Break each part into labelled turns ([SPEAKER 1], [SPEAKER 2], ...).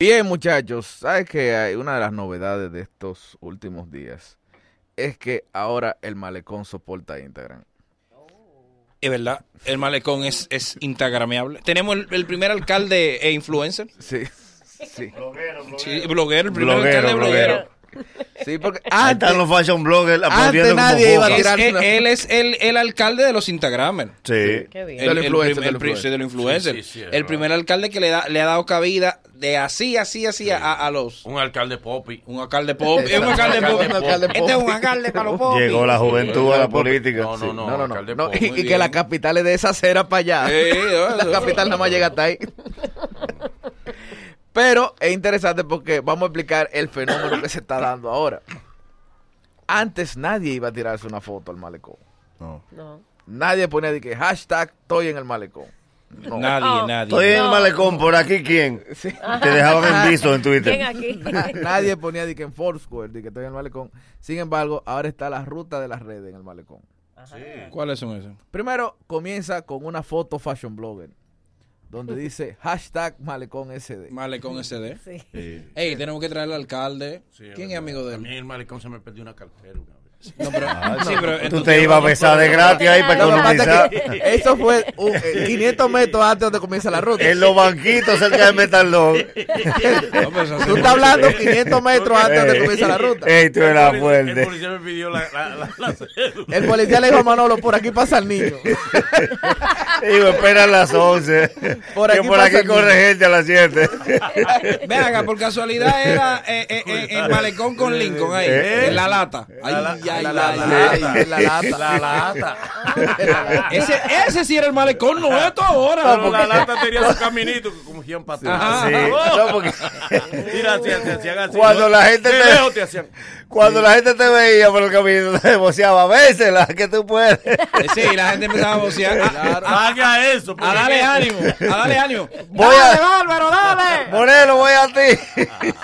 [SPEAKER 1] Bien, muchachos, sabes que hay una de las novedades de estos últimos días es que ahora el malecón soporta Instagram.
[SPEAKER 2] Es verdad, el malecón es, es instagrameable. Tenemos el, el primer alcalde e influencer.
[SPEAKER 1] Sí, sí.
[SPEAKER 2] Sí, bloguero, el primer
[SPEAKER 3] Bloguero,
[SPEAKER 2] alcalde bloguero.
[SPEAKER 3] bloguero.
[SPEAKER 1] Sí, porque
[SPEAKER 3] Ahí
[SPEAKER 1] antes,
[SPEAKER 3] están los fashion bloggers aplaudiendo como
[SPEAKER 1] nadie iba a
[SPEAKER 3] bobas.
[SPEAKER 1] tirar-
[SPEAKER 2] Es- es- él es el, el alcalde de los Instagramers.
[SPEAKER 3] Sí.
[SPEAKER 4] Qué bien.
[SPEAKER 1] Del
[SPEAKER 2] El- el
[SPEAKER 1] influencer,
[SPEAKER 2] prim-
[SPEAKER 1] del
[SPEAKER 2] el pri-
[SPEAKER 1] influencer.
[SPEAKER 2] sí, del influencer.
[SPEAKER 5] Sí, sí, sí, es
[SPEAKER 2] el
[SPEAKER 5] verdad.
[SPEAKER 2] primer alcalde que le, da, le ha dado cabida de así, así, así a, a los.
[SPEAKER 5] Un alcalde popi.
[SPEAKER 2] Un alcalde pop. Es un alcalde
[SPEAKER 1] Este Un
[SPEAKER 2] pop.
[SPEAKER 1] alcalde
[SPEAKER 2] Este es
[SPEAKER 1] pop.
[SPEAKER 2] un alcalde para los popis.
[SPEAKER 3] Llegó la juventud a la
[SPEAKER 1] Sí.
[SPEAKER 3] política.
[SPEAKER 5] No,
[SPEAKER 3] Sí.
[SPEAKER 5] no, no.
[SPEAKER 1] No, no, no.
[SPEAKER 5] alcalde
[SPEAKER 1] no,
[SPEAKER 5] Popo,
[SPEAKER 1] y,
[SPEAKER 5] muy
[SPEAKER 1] y que
[SPEAKER 5] bien.
[SPEAKER 1] la capital es de esa acera para allá.
[SPEAKER 2] Sí, no,
[SPEAKER 1] la
[SPEAKER 2] no.
[SPEAKER 1] capital nada más llega hasta ahí. Pero es interesante porque vamos a explicar el fenómeno que se está dando ahora. Antes nadie iba a tirarse una foto al malecón.
[SPEAKER 3] No.
[SPEAKER 4] No.
[SPEAKER 1] Nadie ponía de que hashtag estoy en el malecón. No.
[SPEAKER 2] Nadie,
[SPEAKER 4] Oh.
[SPEAKER 2] nadie.
[SPEAKER 3] Estoy en el malecón, por aquí quién. Te dejaban en visto en
[SPEAKER 4] ¿Quién
[SPEAKER 3] Twitter.
[SPEAKER 4] aquí?
[SPEAKER 1] Na- Nadie ponía de que en Foursquare, de que estoy en el malecón. Sin embargo, ahora está la ruta de las redes en el malecón.
[SPEAKER 2] ¿Cuáles son esos?
[SPEAKER 1] Primero comienza con una foto fashion blogger donde dice hashtag malecón SD.
[SPEAKER 2] Malecón SD.
[SPEAKER 4] Sí.
[SPEAKER 2] Ey, tenemos que traer al alcalde.
[SPEAKER 5] Sí,
[SPEAKER 2] ¿Quién
[SPEAKER 5] verdad.
[SPEAKER 2] es amigo de
[SPEAKER 5] A mí
[SPEAKER 2] él?
[SPEAKER 5] en el malecón se me perdió una cartera una vez.
[SPEAKER 2] No, pero,
[SPEAKER 1] Ah,
[SPEAKER 2] sí, pero
[SPEAKER 3] Tú te ibas a besar de gratis ahí para
[SPEAKER 1] Lo que pasa
[SPEAKER 3] economizar.
[SPEAKER 1] es que eso fue un, eh, 500 metros antes donde comienza la ruta.
[SPEAKER 3] En los banquitos cerca de Metal Log.
[SPEAKER 2] No, pero eso sí.
[SPEAKER 1] Tú estás hablando 500 metros antes donde comienza la ruta.
[SPEAKER 3] Ey, tú eras
[SPEAKER 5] El poli- El
[SPEAKER 3] fuerte.
[SPEAKER 5] policía me pidió la, la, la, la cédula.
[SPEAKER 1] El policía le dijo a Manolo, por aquí pasa el niño.
[SPEAKER 3] Digo, espera a las 11.
[SPEAKER 1] Por
[SPEAKER 3] que
[SPEAKER 1] aquí
[SPEAKER 3] por
[SPEAKER 1] pasa
[SPEAKER 3] aquí
[SPEAKER 1] el
[SPEAKER 3] corre
[SPEAKER 1] niño.
[SPEAKER 3] gente a las 7.
[SPEAKER 2] Ven acá, por casualidad era eh, eh, eh, el malecón con Lincoln ahí,
[SPEAKER 3] Eh.
[SPEAKER 2] en la lata. Ay,
[SPEAKER 5] La-
[SPEAKER 2] ay, ay,
[SPEAKER 1] la-
[SPEAKER 2] ay,
[SPEAKER 1] la-
[SPEAKER 2] ay.
[SPEAKER 1] la- la- la lata.
[SPEAKER 5] La lata.
[SPEAKER 2] Ese, ese sí era el malecón, no esto ahora.
[SPEAKER 5] Pero la lata tenía su caminito que cogían para atrás.
[SPEAKER 3] Ah, Sí. No, porque-
[SPEAKER 5] Oh, Mira, hacían, te hacían así.
[SPEAKER 3] Cuando
[SPEAKER 5] ¿no?
[SPEAKER 3] la gente
[SPEAKER 5] De
[SPEAKER 3] te-
[SPEAKER 5] lejos te hacían.
[SPEAKER 3] Cuando la gente te veía por el camino, te boceaba, bésela, que tú puedes.
[SPEAKER 2] Eh, Sí, la gente empezaba a vocear. A, a-
[SPEAKER 5] Haga eso.
[SPEAKER 2] a darle ánimo, a darle ánimo.
[SPEAKER 3] Voy a-
[SPEAKER 2] ¡Dale, Bárbaro, dale!
[SPEAKER 3] Moreno, voy a ti.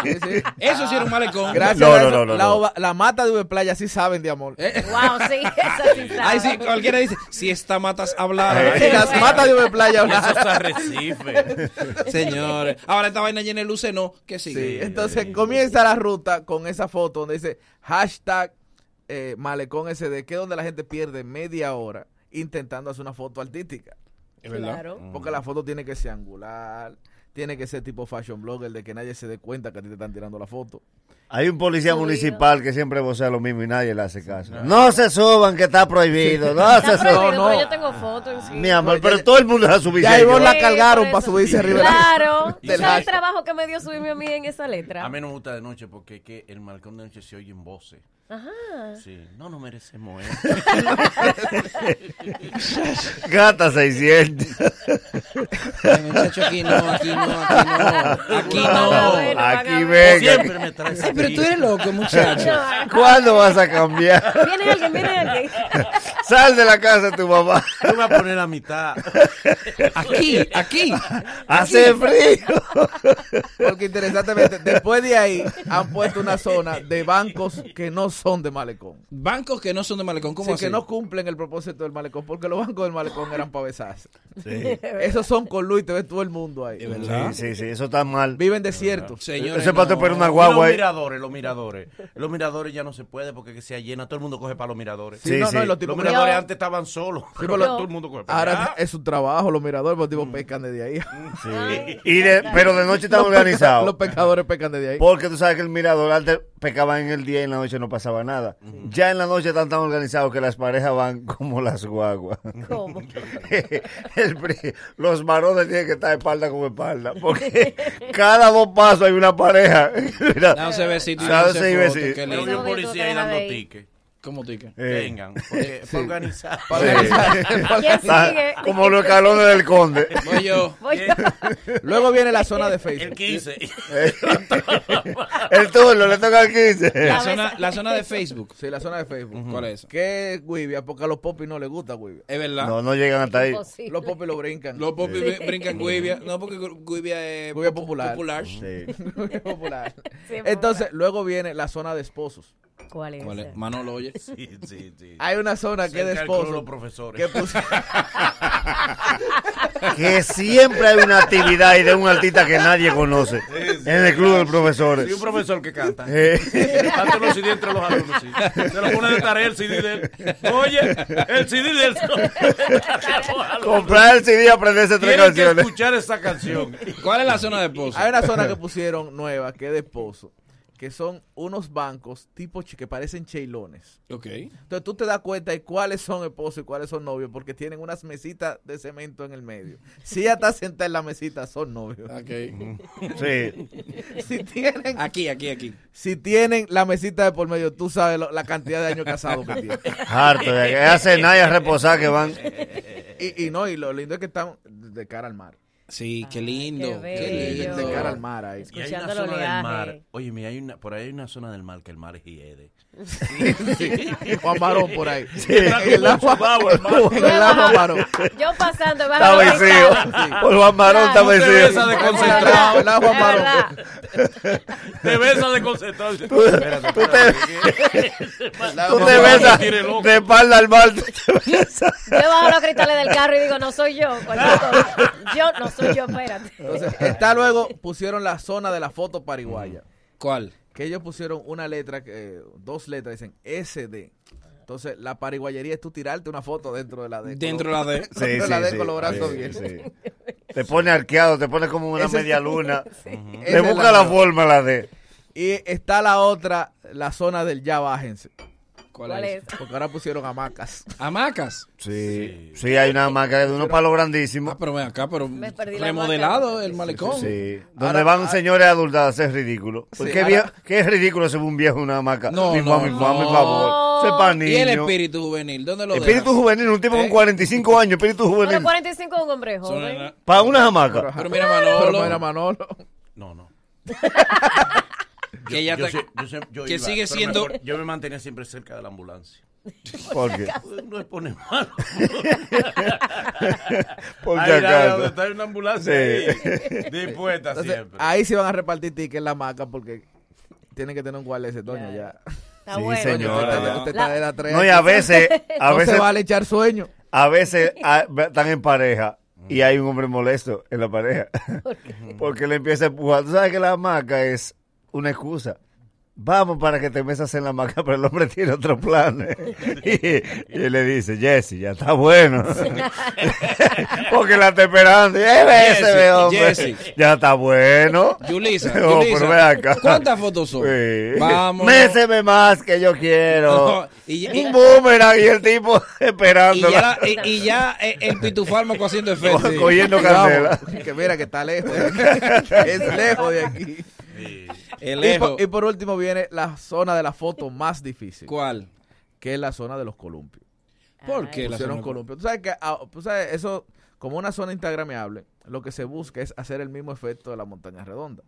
[SPEAKER 1] Sí, sí.
[SPEAKER 2] Eso sí era un malecón.
[SPEAKER 1] Gracias
[SPEAKER 3] No,
[SPEAKER 1] a
[SPEAKER 3] no,
[SPEAKER 1] eso,
[SPEAKER 3] no, no,
[SPEAKER 1] la,
[SPEAKER 3] no.
[SPEAKER 1] ova- la mata de Uve Playa sí saben de amor.
[SPEAKER 2] Eh,
[SPEAKER 4] Wow, sí, esa sí
[SPEAKER 2] Ay, sí,
[SPEAKER 4] sabe.
[SPEAKER 2] cualquiera dice, si esta matas
[SPEAKER 3] Eh.
[SPEAKER 2] hablar.
[SPEAKER 1] Si Ah, las matas de Uve Playa
[SPEAKER 5] Eso
[SPEAKER 1] hablaran.
[SPEAKER 5] es arrecife.
[SPEAKER 2] Señores, ahora esta vaina llena de luces, no, que
[SPEAKER 1] Sí,
[SPEAKER 2] sigue.
[SPEAKER 1] entonces comienza la ruta con esa foto donde dice hashtag eh, malecón SD, que es donde la gente pierde media hora intentando hacer una foto artística.
[SPEAKER 2] Es verdad.
[SPEAKER 4] Claro.
[SPEAKER 1] Porque la foto tiene que ser angular, tiene que ser tipo fashion blogger, de que nadie se dé cuenta que a ti te están tirando la foto.
[SPEAKER 3] Hay un policía municipal que siempre vocea lo mismo y nadie le hace caso. No se suban, que está prohibido. No se
[SPEAKER 4] Está prohibido,
[SPEAKER 3] suban.
[SPEAKER 1] No, no.
[SPEAKER 4] pero yo tengo fotos en sí.
[SPEAKER 3] Mi amor, pero todo el mundo la
[SPEAKER 1] Ya
[SPEAKER 3] subía.
[SPEAKER 1] Ivonne la
[SPEAKER 4] Sí,
[SPEAKER 1] cargaron
[SPEAKER 4] por
[SPEAKER 1] para
[SPEAKER 4] eso.
[SPEAKER 1] subirse arriba. de la-
[SPEAKER 4] Claro.
[SPEAKER 1] del
[SPEAKER 4] ¿Sabes
[SPEAKER 1] hashtag.
[SPEAKER 4] el trabajo que me dio subirme a mí en esa letra?
[SPEAKER 5] A mí no me gusta de noche porque es que el malecón de noche se oye en voces.
[SPEAKER 3] Ah.
[SPEAKER 5] Ajá. Sí. No nos merecemos eso.
[SPEAKER 3] Gata 600.
[SPEAKER 2] Ay, muchacho, aquí no, aquí no, aquí no. Aquí no.
[SPEAKER 3] Aquí venga.
[SPEAKER 5] Siempre me traes
[SPEAKER 2] Ay, pero
[SPEAKER 5] aquí.
[SPEAKER 2] tú eres loco, muchacho.
[SPEAKER 4] No,
[SPEAKER 3] ¿Cuándo vas a cambiar?
[SPEAKER 4] Viene alguien, viene alguien.
[SPEAKER 3] Sal de la casa de tu mamá.
[SPEAKER 5] Te voy a poner la mitad.
[SPEAKER 2] Aquí, aquí.
[SPEAKER 3] Hace frío.
[SPEAKER 1] Porque interesantemente, después de ahí han puesto una zona de bancos que no son de malecón.
[SPEAKER 2] Bancos que no son de malecón, ¿cómo
[SPEAKER 1] Así
[SPEAKER 2] así?
[SPEAKER 1] que no cumplen el propósito del malecón, porque los bancos del malecón eran para besarse. Esos son con Luis, te ves todo el mundo ahí.
[SPEAKER 2] Es verdad.
[SPEAKER 3] Sí, sí, sí, eso está mal.
[SPEAKER 1] Viven desiertos.
[SPEAKER 2] Señores,
[SPEAKER 3] Ese pato
[SPEAKER 2] no.
[SPEAKER 3] para una
[SPEAKER 5] Y los
[SPEAKER 3] guagua. ahí.
[SPEAKER 5] miradores, los miradores. Los miradores ya no se puede porque que se llena. Todo el mundo coge para los miradores.
[SPEAKER 1] Sí,
[SPEAKER 3] Sí,
[SPEAKER 1] no,
[SPEAKER 3] sí.
[SPEAKER 1] no, y los
[SPEAKER 5] Los
[SPEAKER 1] tipos que-
[SPEAKER 5] miradores antes estaban solos.
[SPEAKER 1] pero
[SPEAKER 5] Ahora
[SPEAKER 4] lo-
[SPEAKER 5] todo el mundo coge para
[SPEAKER 1] ahora
[SPEAKER 5] allá.
[SPEAKER 1] es su trabajo, los miradores, los tipos pescan desde ahí.
[SPEAKER 4] Ay,
[SPEAKER 3] Y de- pero de noche están
[SPEAKER 1] Los peca-
[SPEAKER 3] organizados.
[SPEAKER 1] Los pescadores pescan desde ahí.
[SPEAKER 3] Porque tú sabes que el mirador antes pecaba en el día y en la noche no pasaba nada. Ya en la noche están tan organizados que las parejas van como las guaguas.
[SPEAKER 4] ¿Cómo?
[SPEAKER 3] El pri- los varones tienen que estar espalda con espalda. Porque cada dos pasos hay una pareja. Mira, eh,
[SPEAKER 2] Dándose besitos y
[SPEAKER 3] Dándose
[SPEAKER 2] dándose
[SPEAKER 3] y
[SPEAKER 2] fotos,
[SPEAKER 3] besitos.
[SPEAKER 2] qué
[SPEAKER 5] Yo
[SPEAKER 2] lindo.
[SPEAKER 5] vi un
[SPEAKER 4] Eso
[SPEAKER 5] policía ahí
[SPEAKER 4] bonito, déjala
[SPEAKER 5] dando
[SPEAKER 4] ahí.
[SPEAKER 5] ticket.
[SPEAKER 2] ¿Cómo tú qué?
[SPEAKER 3] eh,
[SPEAKER 5] Vengan. Porque,
[SPEAKER 1] Sí.
[SPEAKER 5] Para organizar.
[SPEAKER 4] ¿Quién
[SPEAKER 1] Ah,
[SPEAKER 3] está-
[SPEAKER 4] sigue?
[SPEAKER 3] como los escalones del conde.
[SPEAKER 2] Voy yo.
[SPEAKER 4] Voy yo.
[SPEAKER 1] Luego viene la zona de
[SPEAKER 5] El
[SPEAKER 1] Facebook.
[SPEAKER 5] 15.
[SPEAKER 3] El turno le toca al 15.
[SPEAKER 2] La
[SPEAKER 4] La
[SPEAKER 2] zona,
[SPEAKER 4] besa-
[SPEAKER 2] la zona de Facebook.
[SPEAKER 1] Sí, la zona de Facebook.
[SPEAKER 2] ¿Cuál es esa?
[SPEAKER 1] ¿Qué guibia? Porque a los popis no les gusta guibia.
[SPEAKER 2] Es verdad.
[SPEAKER 3] No, no llegan hasta ahí.
[SPEAKER 4] Imposible.
[SPEAKER 1] Los popis lo brincan.
[SPEAKER 2] Los popis br- brincan guibia. No, porque gu- guibia es
[SPEAKER 1] Guibia
[SPEAKER 2] popu-
[SPEAKER 1] popular.
[SPEAKER 3] Sí.
[SPEAKER 1] Popular.
[SPEAKER 4] Sí, popular.
[SPEAKER 1] Entonces, luego viene la zona de esposos.
[SPEAKER 4] ¿Cuál es?
[SPEAKER 2] ¿Cuál es?
[SPEAKER 4] esa?
[SPEAKER 2] Manolo, oye.
[SPEAKER 5] Sí, sí, sí.
[SPEAKER 1] Hay una zona que
[SPEAKER 5] Cerca
[SPEAKER 1] es de
[SPEAKER 5] del club de
[SPEAKER 1] esposo.
[SPEAKER 5] los profesores.
[SPEAKER 1] Que pus-
[SPEAKER 3] Que siempre hay una actividad y de un artista que nadie conoce. En el club de profesores.
[SPEAKER 5] Sí, un profesor que canta.
[SPEAKER 3] Eh,
[SPEAKER 5] Tanto los CD entre los alumnos, sí. Se lo pone de tarea el CD de él. Oye, el CD de él.
[SPEAKER 3] comprar el CD y aprenderse tres
[SPEAKER 5] Tienen que
[SPEAKER 3] canciones.
[SPEAKER 5] escuchar esa canción.
[SPEAKER 2] ¿Cuál es la zona de esposo?
[SPEAKER 1] Hay una zona que pusieron nueva que es de esposo. Que son unos bancos tipo chi- que parecen cheilones.
[SPEAKER 2] Ok.
[SPEAKER 1] Entonces tú te das cuenta de cuáles son esposos y cuáles son novios porque tienen unas mesitas de cemento en el medio. Si ya está sentada en la mesita, son novios.
[SPEAKER 2] Ah, Ok.
[SPEAKER 3] Sí.
[SPEAKER 1] Si tienen,
[SPEAKER 2] Aquí, aquí, aquí.
[SPEAKER 1] si tienen la mesita de por medio, tú sabes lo- la cantidad de años casados que tienen.
[SPEAKER 3] Harto de que hace nadie a reposar que van.
[SPEAKER 1] Y, y no, y lo lindo es que están de cara al mar.
[SPEAKER 2] Sí, qué
[SPEAKER 4] Ay,
[SPEAKER 2] lindo.
[SPEAKER 4] qué
[SPEAKER 2] Qué
[SPEAKER 4] bello.
[SPEAKER 2] lindo.
[SPEAKER 1] De cara al mar ahí.
[SPEAKER 5] Y hay una
[SPEAKER 4] Escuchando el
[SPEAKER 5] zona del mar.
[SPEAKER 4] oleaje.
[SPEAKER 5] Oye, mira, hay una, por ahí hay una zona del mar que el mar hiede.
[SPEAKER 1] Juan Marón por ahí. En el
[SPEAKER 5] Está como
[SPEAKER 1] agua,
[SPEAKER 5] chupado, hermano.
[SPEAKER 1] en el agua Marón.
[SPEAKER 4] Yo pasando, me
[SPEAKER 3] Está vencido. Por Juan Marón está
[SPEAKER 4] No te
[SPEAKER 5] besa
[SPEAKER 3] vencido.
[SPEAKER 5] de- Desconcentrado,
[SPEAKER 1] el agua paró.
[SPEAKER 5] Te besas de concentrado. Tú
[SPEAKER 3] Tú te, tú te
[SPEAKER 1] Vamos,
[SPEAKER 3] besas
[SPEAKER 5] tire loco.
[SPEAKER 3] de espalda al mar. tú te besas.
[SPEAKER 4] Yo bajo los cristales del carro y digo, no soy yo. cualquier cosa. Yo no soy yo, espérate.
[SPEAKER 1] Entonces, está luego, pusieron la zona de la foto pariguaya.
[SPEAKER 2] ¿Cuál?
[SPEAKER 1] Que ellos pusieron una letra, que, eh, dos letras, dicen SD. Entonces, la pariguayería es tú tirarte una foto dentro de la D.
[SPEAKER 2] Dentro de la D.
[SPEAKER 1] Sí, la de con los brazos bien.
[SPEAKER 3] Te pone arqueado, te pone como una
[SPEAKER 1] Ese-
[SPEAKER 3] media luna.
[SPEAKER 1] Esa
[SPEAKER 3] Le
[SPEAKER 1] es
[SPEAKER 3] busca la
[SPEAKER 1] nueva.
[SPEAKER 3] forma la de.
[SPEAKER 1] Y está la otra, la zona del ya bájense.
[SPEAKER 4] ¿Cuál es?
[SPEAKER 1] Porque ahora pusieron hamacas.
[SPEAKER 2] Hamacas.
[SPEAKER 3] Sí, sí, hay una hamaca de unos palos grandísimos.
[SPEAKER 2] Ah, pero ven acá, pero
[SPEAKER 4] Me perdí la
[SPEAKER 2] remodelado
[SPEAKER 4] hamaca.
[SPEAKER 2] el malecón.
[SPEAKER 3] Sí, donde
[SPEAKER 1] Ahora-
[SPEAKER 3] van señores adultas, es ridículo.
[SPEAKER 1] Sí,
[SPEAKER 3] qué,
[SPEAKER 1] ahora-
[SPEAKER 3] vie- qué ridículo se ve un viejo en una hamaca.
[SPEAKER 2] No,
[SPEAKER 3] mi
[SPEAKER 2] no,
[SPEAKER 3] mamá, mi mamá,
[SPEAKER 2] no.
[SPEAKER 3] mi favor. Eso es para
[SPEAKER 2] ¿Y el
[SPEAKER 3] niños.
[SPEAKER 2] espíritu juvenil? ¿Dónde lo
[SPEAKER 3] Espíritu
[SPEAKER 2] dejas?
[SPEAKER 3] juvenil, un tipo con 45 años, espíritu
[SPEAKER 4] Bueno,
[SPEAKER 3] juvenil.
[SPEAKER 4] 45 es un hombre joven.
[SPEAKER 2] Son-
[SPEAKER 3] Para una hamaca.
[SPEAKER 2] Pero
[SPEAKER 1] Pero
[SPEAKER 2] mira Manolo,
[SPEAKER 1] mira Manolo.
[SPEAKER 5] No, no.
[SPEAKER 2] que ya
[SPEAKER 5] Yo
[SPEAKER 2] está-
[SPEAKER 5] sé- yo sé- yo
[SPEAKER 2] que
[SPEAKER 5] iba,
[SPEAKER 2] sigue
[SPEAKER 5] pero me
[SPEAKER 2] siendo-
[SPEAKER 5] acuer- yo me mantenía siempre cerca de la ambulancia.
[SPEAKER 3] ¿Por qué?
[SPEAKER 5] pues, No es poner malo.
[SPEAKER 3] Por si
[SPEAKER 5] Ahí, ahí, donde
[SPEAKER 3] acaso.
[SPEAKER 5] está una
[SPEAKER 3] Sí.
[SPEAKER 5] ambulancia ahí, dispuesta
[SPEAKER 1] Entonces,
[SPEAKER 5] siempre.
[SPEAKER 1] ahí sí van a repartir tickets en la hamaca porque tienen que tener un guardia ese doña
[SPEAKER 4] Claro.
[SPEAKER 1] ya.
[SPEAKER 4] Está
[SPEAKER 3] Sí,
[SPEAKER 4] bueno.
[SPEAKER 3] señor.
[SPEAKER 1] Usted
[SPEAKER 3] Ahora
[SPEAKER 1] está-
[SPEAKER 3] ya.
[SPEAKER 1] usted está de la tres.
[SPEAKER 3] No, y a veces, a
[SPEAKER 1] No
[SPEAKER 3] veces,
[SPEAKER 1] se vale echar sueño.
[SPEAKER 3] a veces a- están en pareja y hay un hombre molesto en la pareja. Porque le empieza a empujar. Tú sabes que la hamaca es una excusa. Vamos para que te besas en la hamaca, pero el hombre tiene otro plan. Y, y le dice, Jesse, ya está bueno. Porque la está esperando. Eh, béseme, hombre.
[SPEAKER 2] Jesse.
[SPEAKER 3] Ya está bueno.
[SPEAKER 2] Yulisa,
[SPEAKER 3] No,
[SPEAKER 2] Yulisa,
[SPEAKER 3] pero ve acá.
[SPEAKER 2] ¿Cuántas fotos son?
[SPEAKER 3] Sí.
[SPEAKER 2] Vamos.
[SPEAKER 3] Béseme más que yo
[SPEAKER 2] No,
[SPEAKER 3] quiero.
[SPEAKER 2] y- y-
[SPEAKER 3] Un boomerang y el tipo
[SPEAKER 2] Y
[SPEAKER 3] esperando.
[SPEAKER 2] ya, la- y, y ya eh, el pitufármaco haciendo efecto.
[SPEAKER 3] Co- cogiendo
[SPEAKER 1] Y vamos,
[SPEAKER 3] candela.
[SPEAKER 1] Que mira que está lejos. es lejos de aquí.
[SPEAKER 2] El
[SPEAKER 1] Y
[SPEAKER 2] ejo.
[SPEAKER 1] por, y por último viene la zona de la foto más difícil,
[SPEAKER 2] ¿Cuál?
[SPEAKER 1] que es la zona de los columpios.
[SPEAKER 2] ¿Por qué la
[SPEAKER 1] Pusieron
[SPEAKER 2] zona-
[SPEAKER 1] columpios. Tú sabes que ah, tú sabes, eso, como una zona instagrameable, lo que se busca es hacer el mismo efecto de la montaña redonda.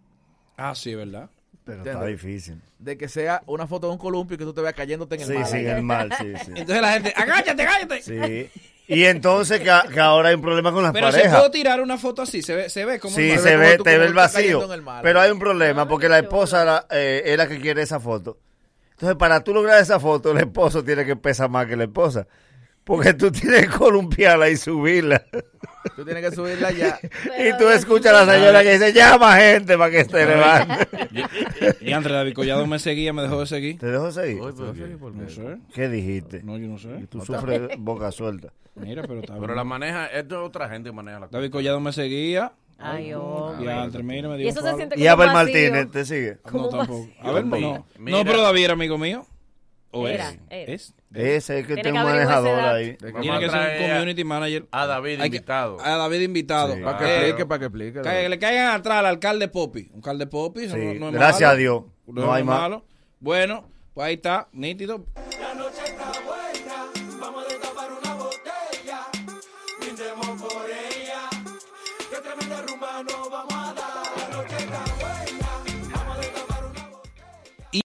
[SPEAKER 2] Ah, sí, ¿verdad?
[SPEAKER 3] Pero
[SPEAKER 1] Entiendo.
[SPEAKER 3] está difícil.
[SPEAKER 1] De que sea una foto de un columpio y que tú te veas cayéndote en el
[SPEAKER 3] Sí,
[SPEAKER 1] mar.
[SPEAKER 3] sí, el mal, sí, sí.
[SPEAKER 2] Entonces la gente, agáchate, agáchate.
[SPEAKER 3] Sí. Y entonces que, a- que ahora hay un problema con las
[SPEAKER 2] Pero se
[SPEAKER 3] parejas.
[SPEAKER 2] puede tirar una foto así, se ve, se ve como
[SPEAKER 3] Sí,
[SPEAKER 2] un-
[SPEAKER 1] Se ve como
[SPEAKER 3] se ve,
[SPEAKER 1] tú
[SPEAKER 3] te
[SPEAKER 1] como
[SPEAKER 3] ve el
[SPEAKER 1] que estás cayendo
[SPEAKER 3] vacío.
[SPEAKER 1] en el mar.
[SPEAKER 3] Pero hay un problema
[SPEAKER 4] Ay,
[SPEAKER 3] porque la
[SPEAKER 4] qué
[SPEAKER 3] esposa la- eh, es la que quiere esa foto. Entonces, para tú lograr esa foto, el esposo tiene que pesar más que la esposa. Porque tú tienes que columpiarla y subirla.
[SPEAKER 1] Tú tienes que subirla ya.
[SPEAKER 3] y tú escuchas a la señora que dice, llama gente para que se levante.
[SPEAKER 2] Y Andrés David Collado me seguía, me dejó de seguir.
[SPEAKER 3] ¿Te dejo seguir?
[SPEAKER 5] Oye, pero que-
[SPEAKER 2] No sé.
[SPEAKER 3] ¿Qué dijiste?
[SPEAKER 2] No, yo no sé.
[SPEAKER 3] Tú sufres boca suelta.
[SPEAKER 2] Mira, pero está
[SPEAKER 5] Pero
[SPEAKER 2] bien.
[SPEAKER 5] la maneja, esto es otra gente que maneja la
[SPEAKER 2] David Collado me seguía.
[SPEAKER 4] Ay,
[SPEAKER 2] Y
[SPEAKER 4] hombre.
[SPEAKER 2] Andrés, mira, me dio
[SPEAKER 4] Y eso
[SPEAKER 2] un
[SPEAKER 4] se
[SPEAKER 2] palo.
[SPEAKER 4] siente como
[SPEAKER 3] Y Abel
[SPEAKER 4] vacío.
[SPEAKER 3] Martínez, ¿te sigue?
[SPEAKER 2] No,
[SPEAKER 4] Como
[SPEAKER 2] tampoco.
[SPEAKER 4] vacío.
[SPEAKER 2] A ver, no. No,
[SPEAKER 5] Mira.
[SPEAKER 2] pero David era amigo mío. ¿O
[SPEAKER 4] Era,
[SPEAKER 2] es?
[SPEAKER 4] era.
[SPEAKER 2] ¿Es?
[SPEAKER 3] Ese es que
[SPEAKER 4] Tiene
[SPEAKER 3] tiene
[SPEAKER 4] que
[SPEAKER 3] un
[SPEAKER 4] averiguar esa
[SPEAKER 3] manejador
[SPEAKER 4] edad.
[SPEAKER 3] ahí.
[SPEAKER 5] Vamos
[SPEAKER 2] Tiene
[SPEAKER 5] a
[SPEAKER 2] que ser
[SPEAKER 5] traer
[SPEAKER 2] un community manager.
[SPEAKER 5] a Ah, David
[SPEAKER 2] Hay que-
[SPEAKER 5] invitado.
[SPEAKER 2] A David invitado.
[SPEAKER 3] Sí. Ah,
[SPEAKER 1] Para que
[SPEAKER 2] Pero-
[SPEAKER 1] explique, para que explique.
[SPEAKER 2] Que, le caigan atrás al alcalde Popi. Un alcalde Popi. eso
[SPEAKER 3] Sí,
[SPEAKER 2] no- no es
[SPEAKER 3] gracias
[SPEAKER 2] malo.
[SPEAKER 3] a Dios, no hay
[SPEAKER 2] es
[SPEAKER 3] más.
[SPEAKER 2] malo. Bueno, pues ahí está, nítido.
[SPEAKER 6] brindemos por ella. Que tremenda rumba nos vamos a